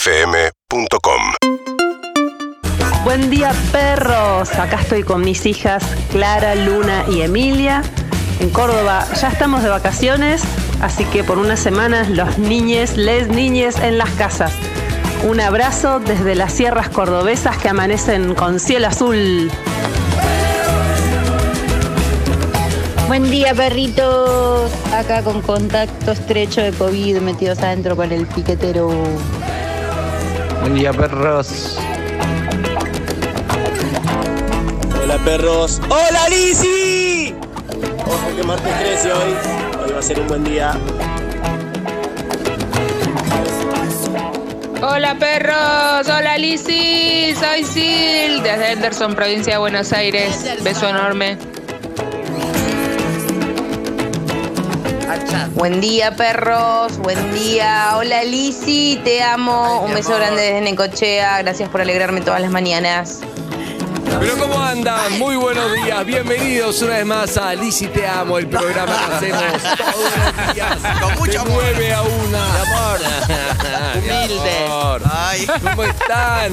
UrbanaPlayFM.com Buen día, perros. Acá estoy con mis hijas Clara, Luna y Emilia en Córdoba. Ya estamos de vacaciones, así que por unas semanas los niñes, les niñes en las casas. Un abrazo desde las sierras cordobesas que amanecen con cielo azul. Buen día, perritos. Acá con contacto estrecho de COVID metidos adentro con el piquetero. Buen día, perros. Hola perros. ¡Hola Lizzy! Ojo que martes 13 hoy. Hoy va a ser un buen día. Hola perros, hola Lisi, soy Sil desde Henderson, provincia de Buenos Aires. Beso enorme. Buen día, perros. Buen día. Hola, Lisi. Te amo. Un beso grande desde Necochea. Gracias por alegrarme todas las mañanas. Pero ¿cómo andan? Muy buenos días. Bienvenidos una vez más a Lisi Te Amo, el programa que hacemos todos los días. Con mucho De amor. 9 a 1. amor. Humilde. Ay. ¿Cómo están?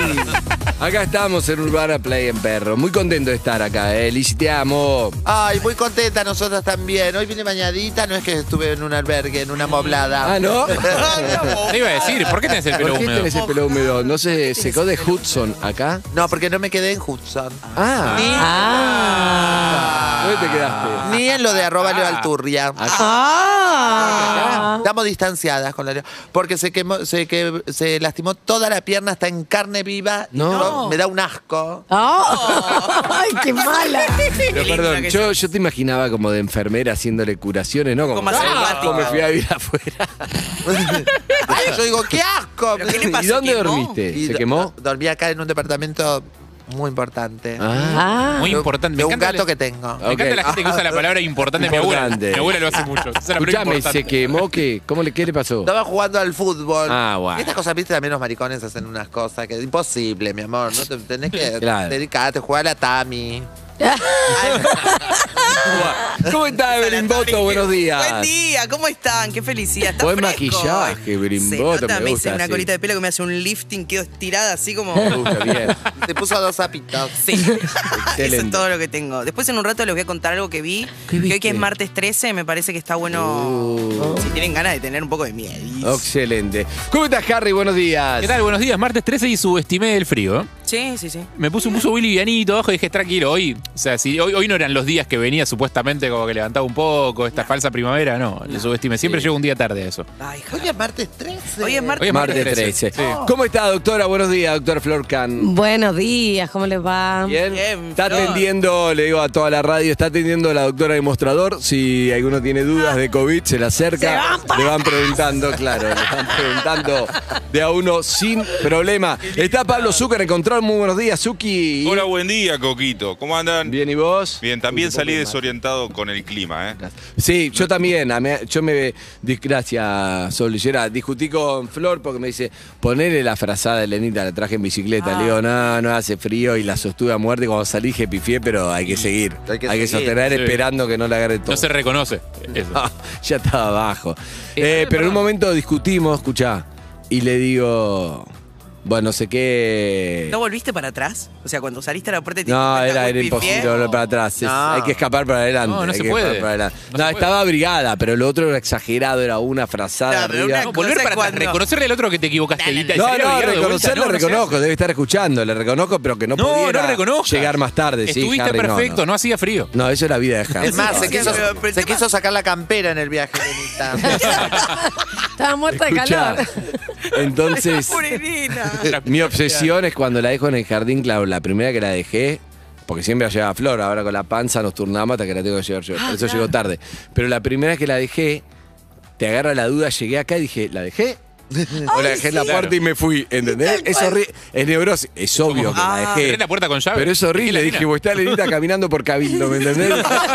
Acá estamos en Urbana Play en Perro. Muy contento de estar acá, eh. Lisi Te Amo. Ay, muy contenta nosotras también. Hoy vine bañadita, no es que estuve en un albergue, en una moblada. Ah, ¿no? Te iba a decir, ¿por qué tenés el ¿Por pelo qué húmedo? tenés el pelo húmedo? ¿No se secó de Hudson acá? No, porque no me quedé en Hudson. Ah. Ni, Ah. ¿Dónde te quedaste? ni en lo ah, de arroba Leo Alturria. Ah. Estamos distanciadas con la Leo. Porque se quemó, se, que, se lastimó toda la pierna, está en carne viva. y No. Ah. me da un asco. ¡Ay, qué mala! Pero perdón, yo, yo te imaginaba como de enfermera haciéndole curaciones, ¿no? Como más "Ah, selvático". me fui a vivir afuera. Ay, yo digo, qué asco. ¿Pero qué le ¿Y pasó? dónde ¿Quemó? dormiste? Y ¿Se do- quemó? Dormí acá en un departamento muy importante. Ah, Ah, Muy De- importante. Me De un encanta, gato la, que tengo. me encanta la Ok. gente que usa la palabra importante. Mi abuela, Importante. mi abuela lo hace mucho. Esa es la palabra escúchame, importante. ¿se quemó qué? ¿Cómo le, ¿Qué le pasó? Estaba jugando al fútbol. Ah, bueno. Y estas cosas, viste, también los maricones hacen unas cosas que es imposible, mi amor. No te, tenés que Claro. dedicarte, jugar a la Tami. ¿Cómo está Evelyn Boto? Buenos días. Buen día, ¿cómo están? Qué felicidad. Está Buen fresco. maquillaje, Se Brimboto, nota, me me gusta, hice una sí. colita de pelo que me hace un lifting, quedo estirada así como. Me gusta, bien. Te puso dos zapitos. Sí, eso Excelente. es todo lo que tengo. Después en un rato les voy a contar algo que vi. ¿Qué que hoy que viste? es martes 13, me parece que está bueno. Si tienen ganas de tener un poco de miedo. Uh. Excelente. ¿Cómo estás, Harry? Buenos días. ¿Qué tal? Buenos días. Martes 13 y subestimé el frío. ¿eh? Sí, sí, sí. Me puse un buzo muy livianito abajo y dije, tranquilo, hoy. O sea, si hoy, hoy no eran los días que venía supuestamente como que levantaba un poco, esta falsa primavera, no. Le subestimé. Siempre llego un día tarde a eso. Ay, ja- Hoy es martes 13. Hoy es martes. Hoy es Martes martes 13. 13. ¿Cómo está, doctora? Buenos días, doctor Flor Can. Buenos días, ¿cómo les va? Bien. Bien, Está Flor. atendiendo, le digo a toda la radio, está atendiendo la doctora del mostrador. Si alguno tiene dudas de COVID, se la acerca. le van preguntando, claro, le van preguntando de a uno sin problema. Está Pablo Zucker en control. Muy buenos días, Zuki. Hola, buen día, Coquito. ¿Cómo andan? Bien, ¿y vos? Bien, también salí desorientado con el clima, ¿eh? Sí, yo también. a mí- yo me. dis- Gracias, Sol. Gerard. Discutí con Flor porque me dice: ponele la frazada de Lenita, la traje en bicicleta. Le digo: no, no hace frío y la sostuve a muerte. Cuando salí, dije pifié, pero hay que seguir. Hay Hay que, que seguir. sostener Sí. esperando que no la agarre todo. No se reconoce. Eso. Ah, ya estaba abajo. Eh, Eh, pero en perdón. un momento discutimos, escuchá, y le digo: bueno, no sé qué. ¿No volviste para atrás? O sea, cuando saliste a la puerta y te No, diste era, cuenta, era uy, imposible pifié. volver para atrás. Es- No. Hay que escapar para adelante. No, no hay se que puede. escapar para adelante. No No, se puede. estaba abrigada, pero lo otro era exagerado, era una frazada Claro, arriba. una No, volver cosa para es atrás, cuando- reconocerle al otro que te equivocaste. Guita, y No, salir no, obligado de vuelta. reconocerle, No, no seas- reconozco, debe estar escuchando, le reconozco, pero que no, No, pudiera no reconozco. llegar más tarde. sí, Estuviste Harry, no, no. perfecto, no, hacía frío. No, eso es la vida de Harry. Es más, se, ¿eh? Sí, quiso, pero- pero el se tema- quiso sacar la campera en el viaje, Lenita. Estaba muerta de Escuchá, calor. Entonces, Pobre nena. mi obsesión es cuando la dejo en el jardín, claro, la primera que la dejé, porque siempre la llevaba Flor, ahora con la panza nos turnamos hasta que la tengo que llevar yo, por eso llego tarde. Pero la primera que la dejé, te agarra la duda, llegué acá y dije, ¿la dejé? O la dejé en la sí. puerta y me fui, ¿entendés? Es horrible, es neurosis, es obvio que la Ah, dejé. Cerré la puerta con llave. Pero es horrible, Dejé la dije, nena. vos está Lenita caminando por Cabildo, ¿me entendés?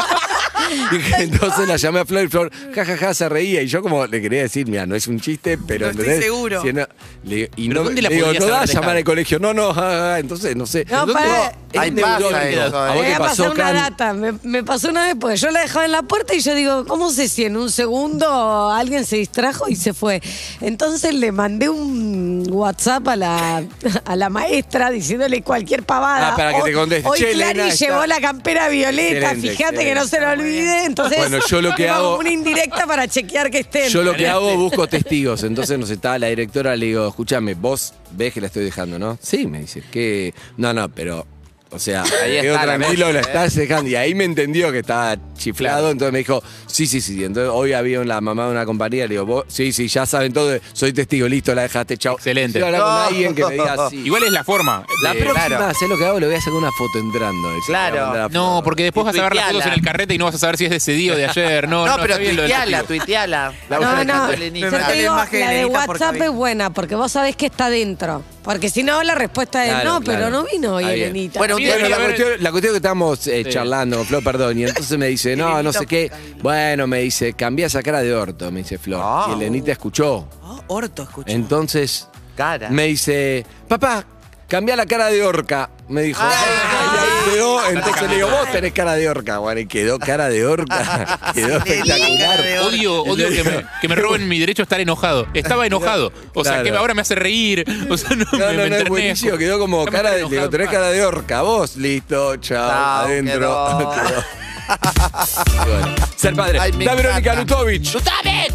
Dije, entonces la llamé a Flor y Flor, jajaja, se reía. Y yo como le quería decir, mira, no es un chiste, pero No estoy ¿entendés? seguro. Si no- le digo, y ¿Pero no, dónde la le digo, podías no da a haber llamar dejado? al colegio. No, no, ja, ja, ja, entonces no sé. No, ¿Dónde pará. Eh, vos? Hay pasa eso, ¿A Me vos voy te a pasar pasó, una Can? lata, me, me pasó una vez porque yo la dejaba en la puerta y yo digo, ¿cómo sé si en un segundo alguien se distrajo y se fue? Entonces le mandé un WhatsApp a la, a la maestra diciéndole cualquier pavada. Ah, para que te conteste. Hoy Che, Clary Elena, está- llevó la campera violeta, Excelente, fíjate que excelente. no se lo olvide. Entonces, Bueno, yo lo que le mando hago- Una indirecta para chequear que estén. Yo lo que hago, busco testigos. Entonces nos está la directora, le digo, escúchame, vos ves que la estoy dejando, ¿no? Sí, me dice, que. No, no, pero. O sea, Ahí quedo está la tranquilo, mesa, la ¿eh? estás dejando. Y ahí me entendió que estaba chiflado. Entonces me dijo, sí, sí, sí. Entonces hoy había la mamá de una compañía, le digo, vos, sí, sí, ya saben todo, soy testigo, listo, la dejaste, chao. Excelente. Quiero hablar con No. alguien que me diga así. Igual es la forma. La Eh, próxima, claro. ¿sabés lo que hago? Le voy a sacar una foto entrando. y se la voy a mandar a la No, porque después Y vas a ver las tuiteala. fotos en el carrete y no vas a saber si es de ese día o de ayer. No, no, pero está bien lo del tuiteala, testigo. tuiteala. La No, busca no. de Yo te digo, la de WhatsApp es buena porque vos sabés que está dentro. Porque si no, la respuesta es Claro, no, pero claro. no vino hoy, Está bien. Elenita. Bueno, la, cuestión, la cuestión que estábamos eh, charlando con Flor, perdón, y entonces me dice, no, no sé qué. Bueno, me dice, cambié esa cara de orto, me dice Flor. Y Elenita escuchó. "Oh, Orto, escucha. Entonces Eh, me dice, papá, cambiá la cara de orca. Me dijo, y ahí quedó. Entonces le digo, vos tenés cara de orca. Bueno, y quedó cara de orca. quedó espectacular. Odio, odio que me, que me roben mi derecho a estar enojado. Estaba enojado. O sea, Claro. que ahora me hace reír. O sea, no, No, no, me, me no, es enternezco. buenísimo. Quedó como Nunca me cara de. enojado Le digo, tenés más". cara de orca. Vos, listo, chao. Chao, adentro. quedó. Quedó. Bueno, ser padre. Ay, me da Verónica encanta. Lutovic.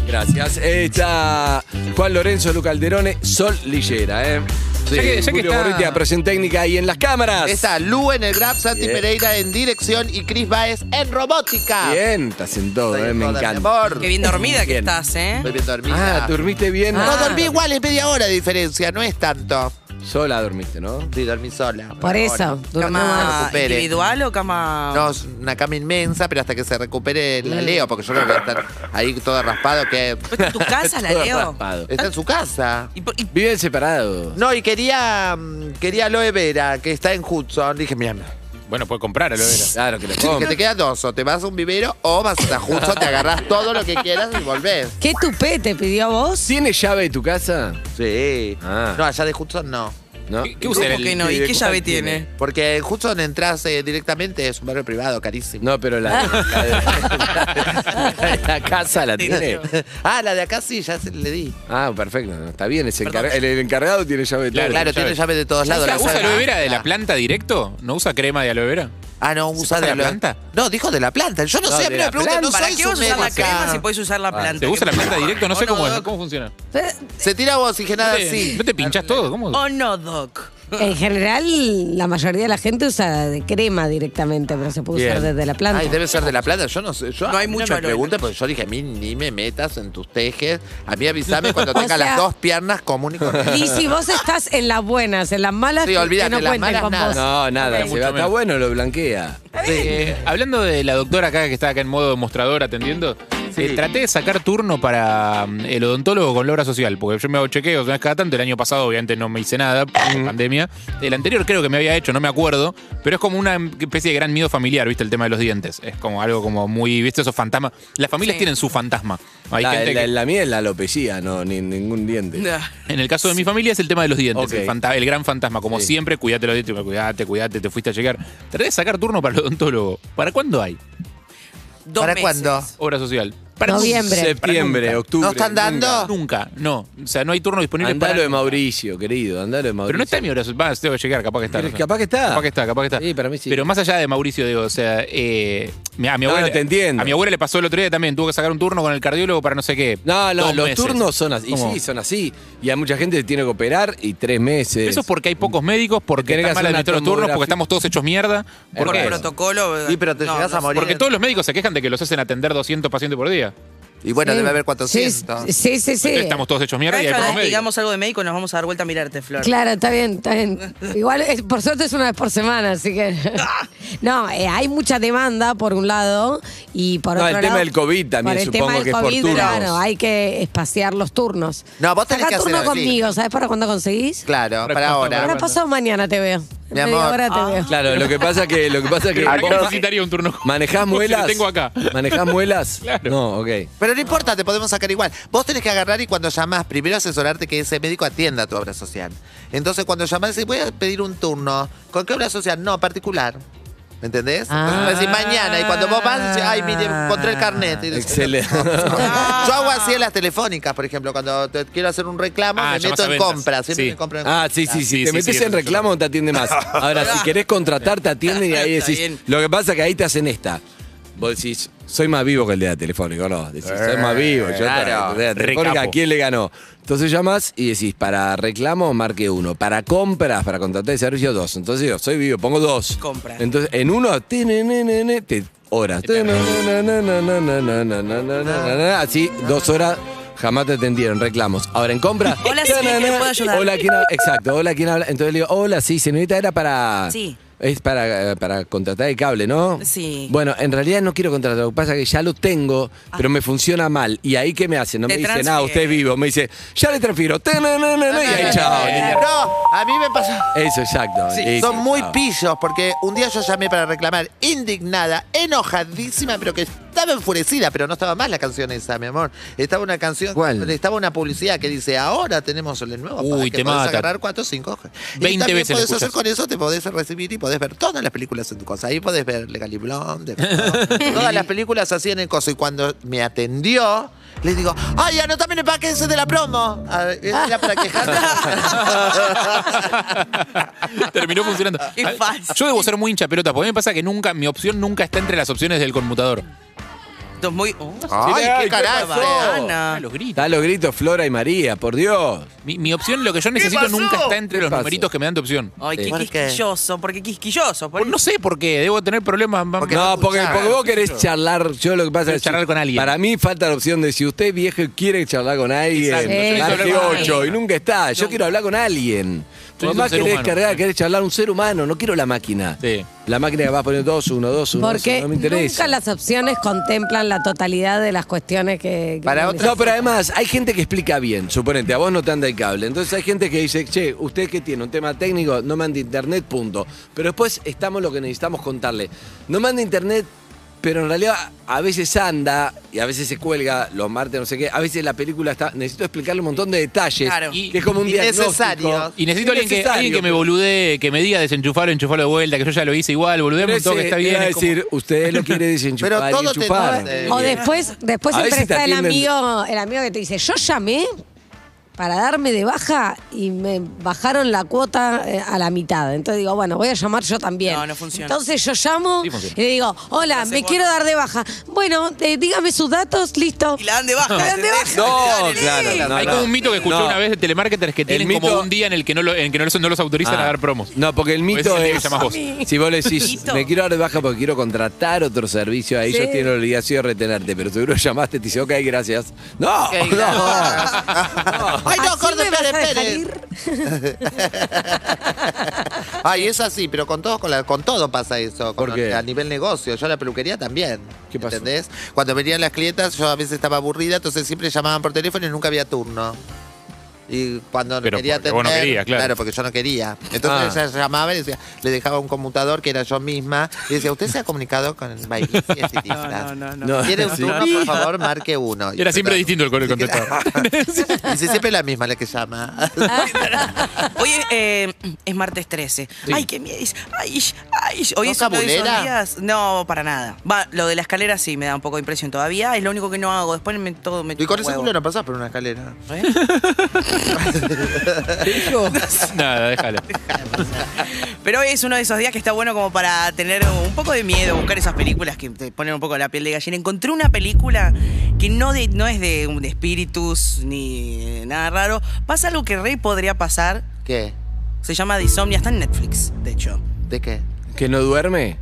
Gracias. Está Juan Lorenzo, Luca Alderone, Sol Lillera, ¿eh? Ya que- ya que Julio está- Borruti, a presión técnica y en las cámaras. Está Lu en el Grab, Santi Bien. Pereira en dirección y Cris Baez en robótica. Bien, estás en todo, ¿eh? Me toda, mi encanta. amor. Qué bien dormida que Bien. estás, ¿eh? Estoy bien dormida. Ah, dormiste bien. No Ah. dormí igual, es media hora de diferencia, no es tanto. Sola dormiste, ¿no? Sí, dormí sola. Por eso, Ahora, durmió más. recupere. ¿Individual o cama...? No, es una cama inmensa, pero hasta que se recupere la Mm. Leo, porque yo no voy a estar ahí todo raspado que... ¿En tu casa la Todo leo? raspado. Está en su casa. Viven separados. No, y quería mm, quería aloe vera, que está en Hudson. Dije, mira, Bueno, puedes comprar a lo vera. Claro, que lo dije, te quedan dos, o te vas a un vivero o vas hasta Hudson, te agarrás todo lo que quieras y volvés. ¿Qué tupé te pidió vos? ¿Tiene llave de tu casa? Sí. No, allá de Hudson no. ¿No? ¿Qué usa ¿Cómo el- que no? ¿Y qué llave tiene? Porque en Hudson entras eh, directamente, es un barrio privado, carísimo. No, pero la, la de, la de la casa la tiene. ah, la de acá sí, ya se le di. Ah, perfecto. no, Está bien, es encarga- el, el encargado tiene llave de Claro, todo. Claro, tiene tiene llave. llave de todos lados. ¿Usa, la usa sabe. aloe vera de la planta directo? ¿No usa crema de aloe vera? Ah, no, ¿Se usa usa de la aloe- planta? No, dijo de la planta. Yo no No, sé, de a mí no la me preguntan, no planta. ¿Para qué soy vas a usar la médica. crema si podés usar la planta? ¿Te usa la planta directo? No sé Oh, no, cómo, es, Doc. cómo funciona. Se tira oxigenada ¿No te- así. ¿No te pinchás todo? ¿Cómo? Oh, no, Doc. En general, la mayoría de la gente usa de crema directamente, pero se puede usar Bien. desde la planta. Ay, debe ser de la planta. Yo no sé. Yo, No hay a mí mucho No me aloe. pregunta porque yo dije, a mí ni me metas en tus tejes. A mí avísame cuando O tenga las sea- dos piernas comunes. Y si vos estás en las buenas, en las malas, Sí, que- que olvídate, no las cuenten malas con nada. vos. No, nada, Ok. se va- Mucho está menos. bueno, lo blanquea. Eh, hablando de la doctora acá que está acá en modo mostrador atendiendo, eh, traté de sacar turno para mm, el odontólogo con la obra social, porque yo me hago chequeos una vez cada tanto. El año pasado, obviamente, no me hice nada por la pandemia. El anterior creo que me había hecho, no me acuerdo, pero es como una especie de gran miedo familiar, ¿viste? El tema de los dientes. Es como algo como muy, ¿viste? Esos fantasmas. Las familias tienen su fantasma. Hay la, gente la- que- la mía es la alopecia, no, ni ningún diente. En el caso de mi familia es el tema de los dientes, Ok. el, fanta- el gran fantasma. Como siempre, cuídate los dientes, cuídate, cuídate, te fuiste a llegar. Traté de sacar turno para el odontólogo. ¿Para cuándo hay? Dos meses. Obra social. Noviembre. Septiembre, octubre. ¿No están dando? Nunca, no. O sea, no hay turno disponible Andalo para. de Mauricio, querido, andalo de Mauricio. Pero no está en mi hora social. Va, tengo que llegar, capaz que está. Pero no sé. capaz que está. Capaz que está, capaz que está. Sí, para mí sí. Pero más allá de Mauricio, digo, o sea, eh, mi- a mi No, abuela. no, te entiendo. A mi abuela le pasó el otro día también, tuvo que sacar un turno con el cardiólogo para no sé qué. no, no, Dos los meses. turnos son así. Y ¿Cómo? sí, son así. Y a mucha gente tiene que operar y tres meses. Eso es porque hay pocos médicos, porque Tenés que están mal hacer una administrados los turnos, porque tomografía. estamos todos hechos mierda. ¿Por Por qué? protocolo... Sí, pero te llegás a sé. morir. Porque todos los médicos se quejan de que los hacen atender 200 pacientes por día. Y bueno, Sí. debe haber Sí, 400. Eh, sí, sí, sí. Entonces estamos todos hechos mierda Cada y hay vez que pocos médicos. digamos algo de médico nos vamos a dar vuelta a mirarte, Flor. Claro, está bien, está bien. Igual, es- por suerte es una vez por semana, así que... No, eh, hay mucha demanda, por un lado, y por No, otro el lado... tema del COVID también, por el supongo tema del que es por COVID, turnos. Claro, hay que espaciar los turnos. No, vos tenés Sacá que hacer turno así. conmigo, ¿sabes para cuándo conseguís? Claro, para cuándo, ahora. Ahora pasado mañana te veo. En Mi media amor. hora te veo. Ah, Claro, lo que pasa que lo que pasa que Acá necesitaría un turno. manejás Vos muelas. te tengo acá. Manejás muelas. No, ok. Pero no importa, te podemos sacar igual. Vos tenés que agarrar y cuando llamás, primero asesorarte que ese médico atienda tu obra social. Entonces, cuando llamás, decís, voy a pedir un turno. ¿Con qué obra social? No, particular. ¿Me entendés? Entonces, vos decís, mañana. Y cuando vos vas, decís, ay, mire, encontré el carnet. Y decís, Excelente. Yo hago así en las telefónicas, por ejemplo, cuando te- quiero hacer un reclamo, Ah, me llamás meto a en ventas. compras. Siempre Sí. me compro en Ah, sí, sí, sí. te metes en reclamo, te atiende más. Ahora, si querés contratar, te atienden y ahí decís. Lo que pasa es que ahí te hacen esta. Vos decís, soy más vivo que el de la telefónica, ¿no? Decís, soy más vivo. Yo tra- Claro. de la telefónica, Recapo. ¿a quién le ganó? Entonces llamas y decís, para reclamo, marque uno. Para compras, para contratar el servicio, dos. Entonces yo soy vivo, pongo dos. Compra. Entonces, en uno, te, ne, ne, ne, ne, te horas. Te, na, na, na, na, na, na, na, na, na, na, na, na. Así, dos horas, jamás te atendieron, reclamos. Ahora, en compra. Hola, sí, ta, na, ¿en qué le na. puedo ayudar? Hola, ¿quién habla? Exacto, hola, ¿quién habla? Entonces le digo, hola, sí, señorita, era para. Sí. Es para, eh, para contratar el cable, ¿no? Sí. Bueno, en realidad no quiero contratar, lo que pasa es que ya lo tengo, pero me funciona mal. ¿Y ahí qué me hace? No Te me dice transfiere. nada, usted es vivo. Me dice, ya le transfiero. ta, na, na, na, na, Y ahí, chao. listo. No, a mí me pasó. Eso, exacto. listo, Son muy chao. pillos porque un día yo llamé para reclamar, indignada, enojadísima, pero que estaba enfurecida, pero no estaba más la canción esa, mi amor. Estaba una canción, estaba una publicidad que dice, ahora tenemos el nuevo Uy, pack, que te podés mata. agarrar cuatro o cinco hojas. y 20 también veces la podés hacer escuchás. con eso, te podés recibir y podés ver todas las películas en tu cosa. Ahí podés ver Legally Blonde, Blonde, todas las películas así en el coso. Y cuando me atendió, les digo, ay, anotame en el pack ese de la promo. A ver, Era para quejarme. Terminó funcionando. Ah, Yo debo ser muy hincha pelota, porque a mí me pasa que nunca, mi opción nunca está entre las opciones del conmutador. Entonces, muy. oh, Ay, qué carácter. Ah, los gritos. Da los gritos Flora y María, por Dios. Mi, mi opción, lo que yo necesito, pasó? nunca está entre ¿Qué los pasó? numeritos que me dan de opción. Ay, qué Sí. quisquilloso, porque quisquilloso. por- No sé por qué, debo tener problemas. más- No, porque, porque vos querés charlar. Yo lo que pasa es charlar con alguien. Para mí falta la opción de si usted viejo y quiere charlar con Exacto, yo alguien, quiero hablar marque con 8 y alguien. nunca está. Yo quiero hablar con alguien. Yo soy un Mamá ser querés humano. cargar, querés charlar un ser humano, no quiero la máquina. La máquina que vas a poner 2, 1, 2, 1, Porque no me interesa. nunca las opciones contemplan la totalidad de las cuestiones que. que Para manejan. otro- No, pero además hay gente que explica bien. Suponete, a vos no te anda el cable. Entonces hay gente que dice, che, usted que tiene un tema técnico, no manda internet, punto. Pero después estamos lo que necesitamos contarle. No manda internet, pero en realidad a veces anda y a veces se cuelga los martes, no sé qué. A veces la película está. Necesito explicarle un montón de detalles. Claro. Y, que es como un diagnóstico. Y necesito alguien que, alguien que me boludee, que me diga desenchufarlo, enchufarlo de vuelta, que yo ya lo hice igual, boludeame un Pero toque, ese está bien. era es como- decir, usted lo quiere desenchufar Pero y todo te- enchufar. no es- O después, después A siempre veces te está el atienden- amigo, el amigo que te dice, yo llamé para darme de baja y me bajaron la cuota eh, a la mitad. Entonces digo, bueno, voy a llamar yo también. No, no funciona. Entonces yo llamo Sí funciona. y le digo, hola, me quiero dar de baja. Bueno, eh, dígame sus datos, listo. Y la dan de baja. La dan de ¿entendés? No, claro. no, Hay no. como un mito que escuché No. una vez de telemarketers que tienen como mito- un día en el que no, lo- en que no, los- no los autorizan Ah. a dar promos. No, porque el mito Ese es el que es. llamás vos. Si vos le decís, me quiero dar de baja porque quiero contratar otro servicio, ahí Sí. ellos tienen la obligación de retenerte, pero seguro llamaste y te dice, ok, gracias. ¡No! ¡No! Ay, no, ¿Así corte, me vas a espere, dejar espere. ir? Ay, es así, pero con todo, con, la- con todo pasa eso. con- ¿Por qué? A nivel negocio. Yo a la peluquería también. ¿Qué pasa? ¿Entendés? Cuando venían las clientas, yo a veces estaba aburrida, entonces siempre llamaban por teléfono y nunca había turno. Y cuando Pero quería porque vos no atender- querías, claro. porque yo no quería. Entonces Ah. ella llamaba y decía, le dejaba un conmutador que era yo misma. Y decía, ¿usted se ha comunicado con el baile? No, no, no, no. ¿Tiene un Sí. turno, por favor? Marque uno. Y Era siempre distinto el color Dice, siempre la misma la que llama. Hoy es, eh, es martes 13. Sí. Ay, qué miedo. Ay, ay. Hoy ¿No es uno de esos cabulera? días- No, para nada. Va, lo de la escalera sí me da un poco de impresión todavía. Es lo único que no hago. Después me todo me Y con ese huevo. culo no pasás por una escalera. Nada, déjalo. Pero hoy es uno de esos días que está bueno como para tener un poco de miedo, buscar esas películas que te ponen un poco la piel de gallina. Encontré una película que no, de- no es de, de espíritus ni nada raro. Pasa algo que rey podría pasar. ¿Qué? Se llama Disomnia. Está en Netflix, de hecho. ¿De qué? ¿Que no duerme?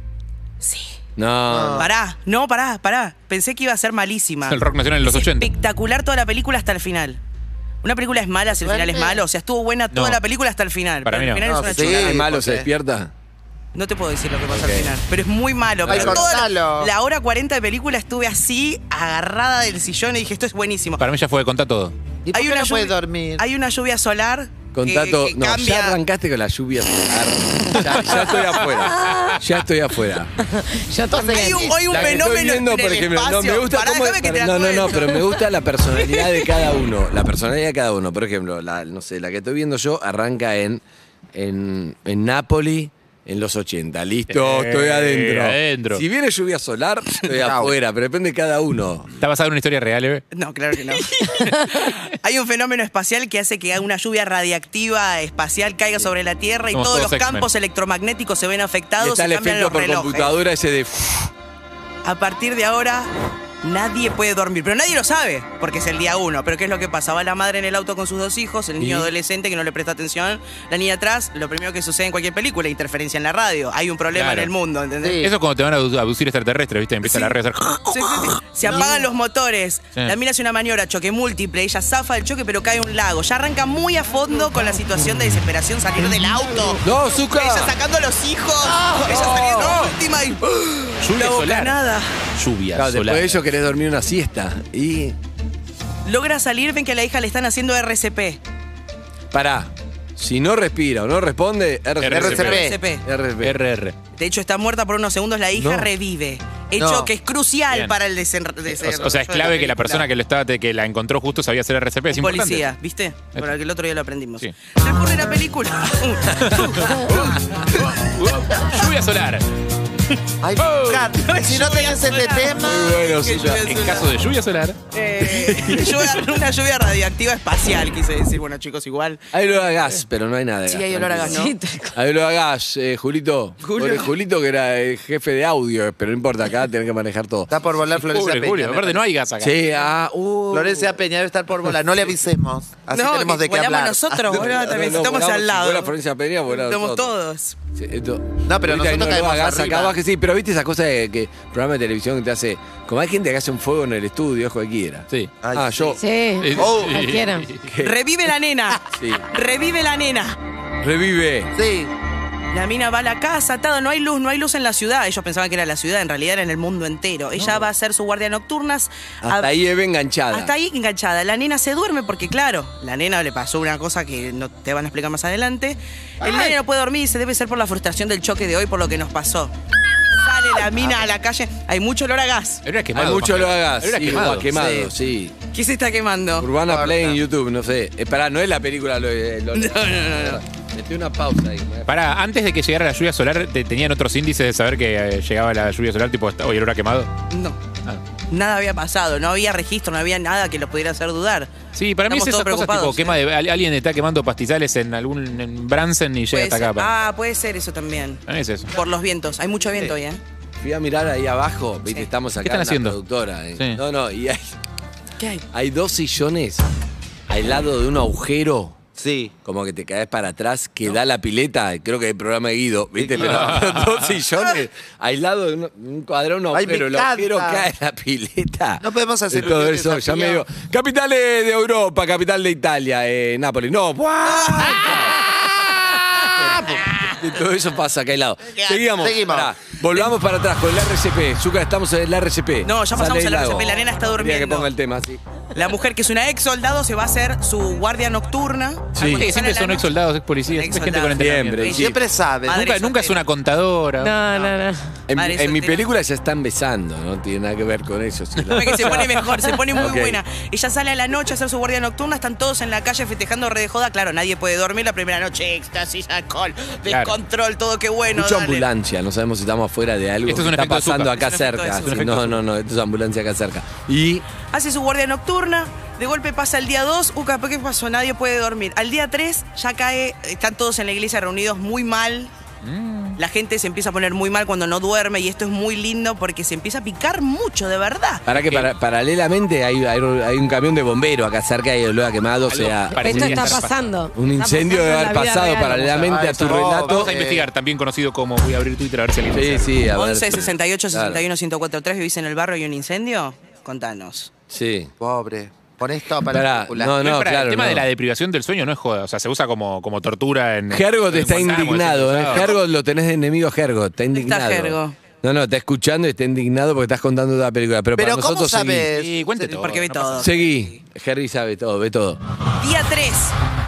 Sí. No. Pará, no, pará, pará. Pensé que iba a ser malísima. El rock nacional de los Es 80. Espectacular toda la película hasta el final. Una película es mala si el final es Duerme. malo. O sea, estuvo buena toda No. la película hasta el final. Para pero mí no. el final No, es una si el chorrada. final es malo, se Porque- despierta. No te puedo decir lo que pasa al final, pero es muy malo. Ay, Pero toda cortalo. la, la hora 40 de película estuve así, agarrada del sillón y dije, esto es buenísimo. Para mí ya fue, contá todo. ¿Y por qué no puede dormir? Hay una lluvia solar Con que- Tato, que no, ya cambia. arrancaste con la lluvia solar. Ya, ya estoy afuera. Ya estoy afuera. Yo también. Hay un, hay un La que estoy fenómeno viendo, en el por ejemplo, espacio. no, me gusta Pará, cómo- déjame que te la no, no, no, cuento. pero me gusta la personalidad de cada uno. La personalidad de cada uno. Por ejemplo, la, no sé, la que estoy viendo yo arranca en, en, en Nápoli en los 80. Listo, Eh, estoy adentro. adentro. Si viene lluvia solar, estoy afuera, pero depende de cada uno. ¿Está basada en una historia real, Eve? No, claro que no. Hay un fenómeno espacial que hace que una lluvia radiactiva espacial caiga sobre la Tierra y Somos todos los todos X-Men. campos electromagnéticos se ven Y afectados está y el cambian efecto los por relojes. computadora ese de. A partir de ahora, nadie puede dormir. Pero nadie lo sabe, porque es el día uno. Pero ¿qué es lo que pasa? Va la madre en el auto con sus dos hijos, el niño ¿Y? adolescente que no le presta atención, la niña atrás. Lo primero que sucede en cualquier película, interferencia en la radio. Hay un problema Claro. en el mundo, ¿entendés? Eso es cuando te van a abdu- abducir extraterrestres, ¿viste? Empieza la red a hacer. Sí, sí, sí. Se apagan los motores. Sí. La mina hace una maniobra, choque múltiple. Ella zafa el choque, pero cae a un lago. Ya arranca muy a fondo con la situación de desesperación, salir del auto. ¡No, Zuka! Ella sacando a los hijos. ella saliendo última y. Lluvia La boca solar. nada. Lluvia Claro, después solar. de ello querés dormir una siesta. Y. Logra salir, ven que a la hija le están haciendo RCP. Pará. Si no respira o no responde, RCP. RCP. RR. De hecho, está muerta por unos segundos. La hija No. revive. Hecho No. que es crucial Bien. para el desenra- desenrollo. O, o sea, es de clave que la película. persona que lo estaba, te- que la encontró justo sabía hacer RCP. Es importante. Policía, ¿viste? Por el otro día lo aprendimos. Sí. Recurre la película. Uh, Lluvia solar. Ay, Oh. Kat, si no tenés este tema. En caso de lluvia solar. eh, Lluvia- una lluvia radioactiva espacial, quise decir. Bueno, chicos, igual. Hay olor a gas, pero no hay nada de Sí, gas. hay olor a gas, ¿no? tranquilo. Hay olor a gas, eh, Julito. Julio. Pobre Julito, que era el jefe de audio, pero no importa, acá tenés que manejar todo. Está por volar Florencia Pobre Peña, Julio, me aparte parece. no hay gas acá. Sí, ah, uh. Florencia Peña debe estar por volar. No le avisemos. Así No, tenemos que de qué volamos hablar. nosotros, boludo, también, si estamos volamos, al si lado. vuela Florencia Peña, volá Estamos nosotros. todos. Sí, esto- No, pero Ahorita hay nosotros un olor a caemos gas acá arriba. abajo, sí, pero viste esas cosas de que programa de televisión que te hace. Como hay gente que hace un fuego en el estudio, es cualquiera. Sí. Ah, yo. Sí, Oh. cualquiera. ¿Qué? Revive la nena. Sí. Revive la nena. Revive. Sí. La mina va a la casa, atado, no hay luz, no hay luz en la ciudad. Ellos pensaban que era la ciudad, en realidad era en el mundo entero. Ella va a ser su guardia nocturnas. Hasta A- ahí Eve enganchada. Hasta ahí enganchada. La nena se duerme porque, claro, la nena le pasó una cosa que no te van a explicar más adelante. El nene no puede dormir y se debe ser por la frustración del choque de hoy, por lo que nos pasó. Sale la mina a la calle. Hay mucho olor a gas. Hay mucho lo hagas. Era sí, quemado. o a quemado, sí. ¿Qué se está quemando? Urbana Play en YouTube, no sé. Eh, pará, no es la película lo, eh, lo- No, no, no, no. Metí una pausa ahí. Pará, antes de que llegara la lluvia solar, te- ¿tenían otros índices de saber que eh, llegaba la lluvia solar? Tipo, está- oye, el hora quemado. No. Nada había pasado, no había registro, no había nada que los pudiera hacer dudar. Sí, Para mí es esas cosas tipo quema de, al- alguien está quemando pastizales en algún en Bransen y llega hasta acá. para- Ah, puede ser eso también. Para mí es eso. Por los vientos, hay mucho viento hoy, ¿eh? Fui a mirar ahí abajo, viste, estamos acá están en la haciendo? productora. eh. Sí. No, no, y hay, ¿Qué hay? hay dos sillones al lado de un agujero. Sí. Como que te caes para atrás, que da la pileta, creo que el programa de Guido, ¿viste? Pero, pero dos sillones al lado de un, un cuadrón, un Ay, me agujero, el encanta. agujero cae en la pileta. No podemos hacer De todo un eso, ya desafío. me digo. Capitales de Europa, capital de Italia, eh, Nápoles. No, ¡buah! De todo eso pasa acá al lado. Seguimos. Seguimos. Pará, volvamos para atrás con el RCP. Zucca, estamos en el RCP. No, ya pasamos Sale al RCP, del lago. la nena está Quería que durmiendo. ponga el tema, sí. La mujer que es una ex soldado se va a hacer su guardia nocturna. Sí. Al- siempre la son no- ex soldados, ex policías, siempre gente con Ex-soldados. entrenamiento. Siempre, Siempre sí. sabe. Madre Nunca, nunca es soltera. una contadora. No, no, no. En, Madre en mi soltera. película se están besando, no tiene nada que ver con eso. sí, la- que se pone mejor, se pone muy Ok. buena. Ella sale a la noche a hacer su guardia nocturna, están todos en la calle festejando re de joda. Claro, nadie puede dormir la primera noche, éxtasis, alcohol, descontrol, todo qué bueno. Mucha dale. ambulancia, no sabemos si estamos afuera de algo Esto es un que está efecto de pasando azúcar. acá Es un efecto de cerca. azúcar. Sí, Es un efecto No, de no, no, esto es ambulancia acá cerca. Y Hace su guardia nocturna, de golpe pasa el día 2, uca, ¿qué pasó? Nadie puede dormir. Al día 3 ya cae, están todos en la iglesia reunidos muy mal. Mm. La gente se empieza a poner muy mal cuando no duerme y esto es muy lindo porque se empieza a picar mucho, de verdad. para que para- paralelamente hay, hay un- hay un camión de bomberos acá cerca y lo ha quemado, o sea... Esto un- está pasando. Un Está incendio debe pasando haber en la vida pasado real. paralelamente a tu relato. Vamos a investigar, también conocido como voy a abrir Twitter a ver si alguien Sí, sí, a ver. 11 68 61 1043 vivís en el barrio y hay un incendio? Contanos. Sí. Pobre. Pon esto para Pará, la película. no, no, claro, El tema de la deprivación del sueño no es joda, o sea, se usa como, como tortura en. Hergot en está Guantánamo, indignado, es ¿eh? usado. Hergot lo tenés de enemigo, Hergot, está indignado. Hergot? No, no, está escuchando y está indignado porque estás contando toda la película. Pero, para nosotros seguí. Sí, cuente todo. Porque ve no todo. Seguí. Harry sabe todo, ve todo. Día 3.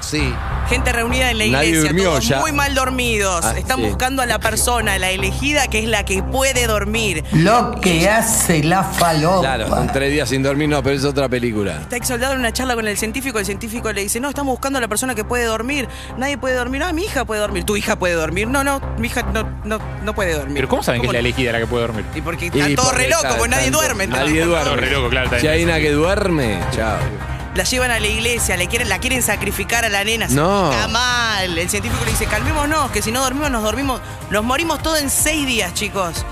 Sí. Gente reunida en la Nadie iglesia, durmió todos ya. muy mal dormidos. Ah, Están sí. buscando a la persona, la elegida, que es la que puede dormir. Lo que hace la falopa. Claro, son tres días sin dormir, no, pero es otra película. Está exoldado en una charla con el científico. El científico le dice: No, estamos buscando a la persona que puede dormir. Nadie puede dormir. Ah, mi hija puede dormir. Tu hija puede dormir. No, no, mi hija no, no, no puede dormir. Pero ¿cómo saben que es la elegida la que puede dormir? Y porque está todo re loco, porque nadie duerme. ¿entendés? Nadie duerme. Todo re loco, claro, está Si bien. hay una que duerme, chao. La llevan a la iglesia, le quieren, la quieren sacrificar a la nena. No. Está mal. El científico le dice, calmémonos, que si no dormimos, nos dormimos. Nos morimos todos en seis días, chicos.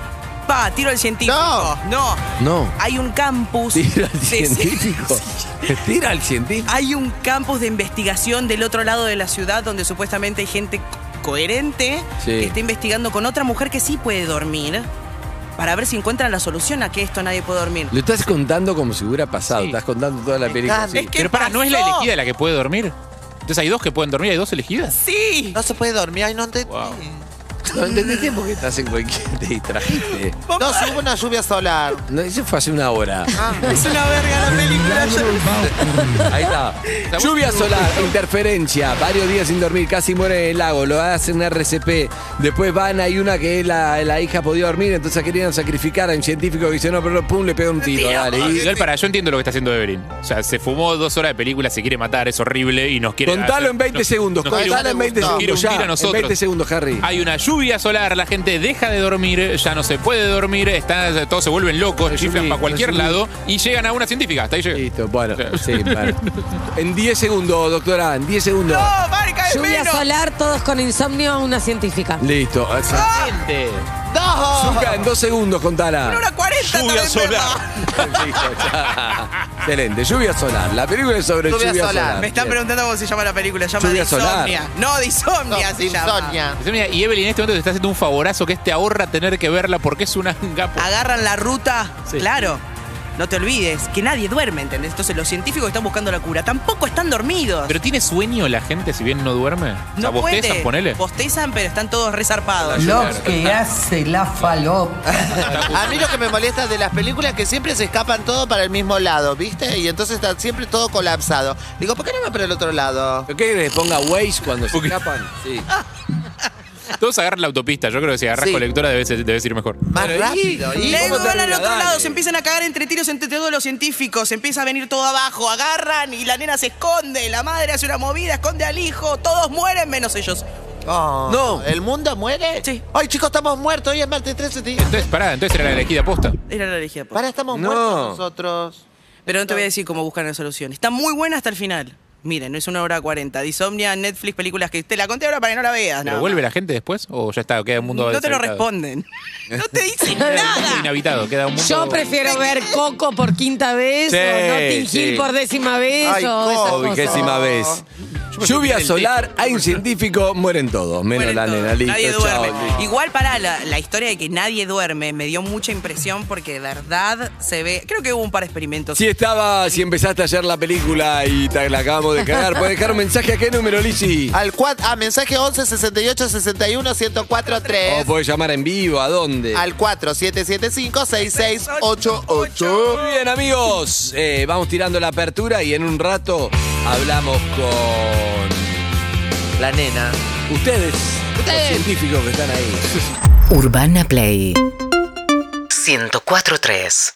Pa, tiro al científico. No. No. Hay un campus. Tira al de- científico. Tira al científico. Hay un campus de investigación del otro lado de la ciudad donde supuestamente hay gente co- coherente Sí. que está investigando con otra mujer que sí puede dormir para ver si encuentran la solución a que esto nadie puede dormir. Lo estás contando como si hubiera pasado. Estás contando toda la película. encanta. Es que Pero para, ¿no es la pasó. elegida la que puede dormir? Entonces hay dos que pueden dormir, hay dos elegidas. Sí. No se puede dormir. Ay, no te. No entendiste porque estás en cualquier. Te distrajiste. No, si hubo una lluvia solar. Ah. No, eso fue hace una hora. Es una verga la película. Ahí está. Lluvia solar, interferencia, varios días sin dormir, casi muere en el lago, lo hacen RCP. Después van, hay una que es la, la hija podía dormir, entonces querían sacrificar a un científico que dice, no, pero pum, le pega un tiro, dale. Ah, Y- Igual para, yo entiendo lo que está haciendo Evelyn. O sea, se fumó dos horas de película, se quiere matar, es horrible y nos quiere. Contalo en 20 nos- segundos, nos quiere contalo un- en 20 nos quiere segundos, un tiro ya, a en nosotros. 20 segundos, Harry. Hay una lluvia solar, la gente deja de dormir, ya no se puede dormir, está- todos se vuelven locos, chiflan para cualquier resumí. lado y llegan a una científica. Hasta ahí llega. Listo, bueno, sí, bueno. En 10 segundos, doctora, en 10 segundos. marca Lluvia menos. solar, todos con insomnio, una científica. Listo. Exactamente. Zucca, en dos segundos, contala. Una 40 Lluvia solar. Excelente, lluvia solar. La película es sobre lluvia, solar. Me están Bien. preguntando cómo se llama la película. Se llama Lluvia solar. Disomnia. No, Disomnia se llama. Entonces, mira, Y Evelyn en este momento te está haciendo un favorazo que es te ahorra tener que verla porque es una gapo. Agarran la ruta. Claro. No te olvides que nadie duerme, ¿entendés? Entonces los científicos están buscando la cura. Tampoco están dormidos. Pero tiene sueño la gente si bien no duerme. O sea, No puede. bostezan, ponele. Bostezan, pero están todos resarpados. hace la falopa. A mí lo que me molesta de las películas es que siempre se escapan todo para el mismo lado, ¿viste? Y entonces está siempre todo colapsado. Digo, ¿por qué no me para el otro lado? ¿Pero qué querés? Ponga Waze cuando se escapan. Sí. Todos agarran la autopista. Yo creo que si agarras Sí. colectora debes, debes ir mejor. Más Pero, ¿y? rápido. ¿y? ¿y? Luego ¿Cómo van al termina? otro lado, Dale. se empiezan a cagar entre tiros entre todos los científicos, se empieza a venir todo abajo, agarran y la nena se esconde, la madre hace una movida, esconde al hijo, todos mueren menos ellos. Oh, No. ¿El mundo muere? Sí. Ay, chicos, estamos muertos. Hoy es martes 13, tío. Entonces, pará, entonces era la elegida posta. Era la elegida. por- Para, estamos No. muertos nosotros. Pero no te voy a decir cómo buscan la solución. Está muy buena hasta el final. Miren, no es una hora cuarenta. Disomnia, Netflix, películas que te la conté ahora para que no la veas. ¿Pero nada vuelve más. la gente después o ya está? Queda un mundo No te lo deshabitado? responden. No te dicen Queda un mundo nada. Inhabitado, queda un mundo. Yo prefiero ver Coco por quinta vez Sí, o Notting sí. Hill por décima vez Ay, o esas Oh, cosas. vigésima vez. Lluvia solar, hay un científico, mueren todos, menos Mueren la todos. nena, listo, Nadie chao, duerme. listo. Igual para la, la historia de que nadie duerme me dio mucha impresión porque de verdad se ve. Creo que hubo un par de experimentos. Si estaba, si empezaste ayer la película y te la acabamos de cagar, ¿puedes dejar un mensaje a qué número, Lizzy? Al cuad, ah, mensaje 11 68 61 104 3. O podés llamar en vivo, ¿a dónde? Al 4775-6688. Muy bien, amigos. Eh, vamos tirando la apertura y en un rato hablamos con la nena. Ustedes, los científicos que están ahí. Urbana Play 104.3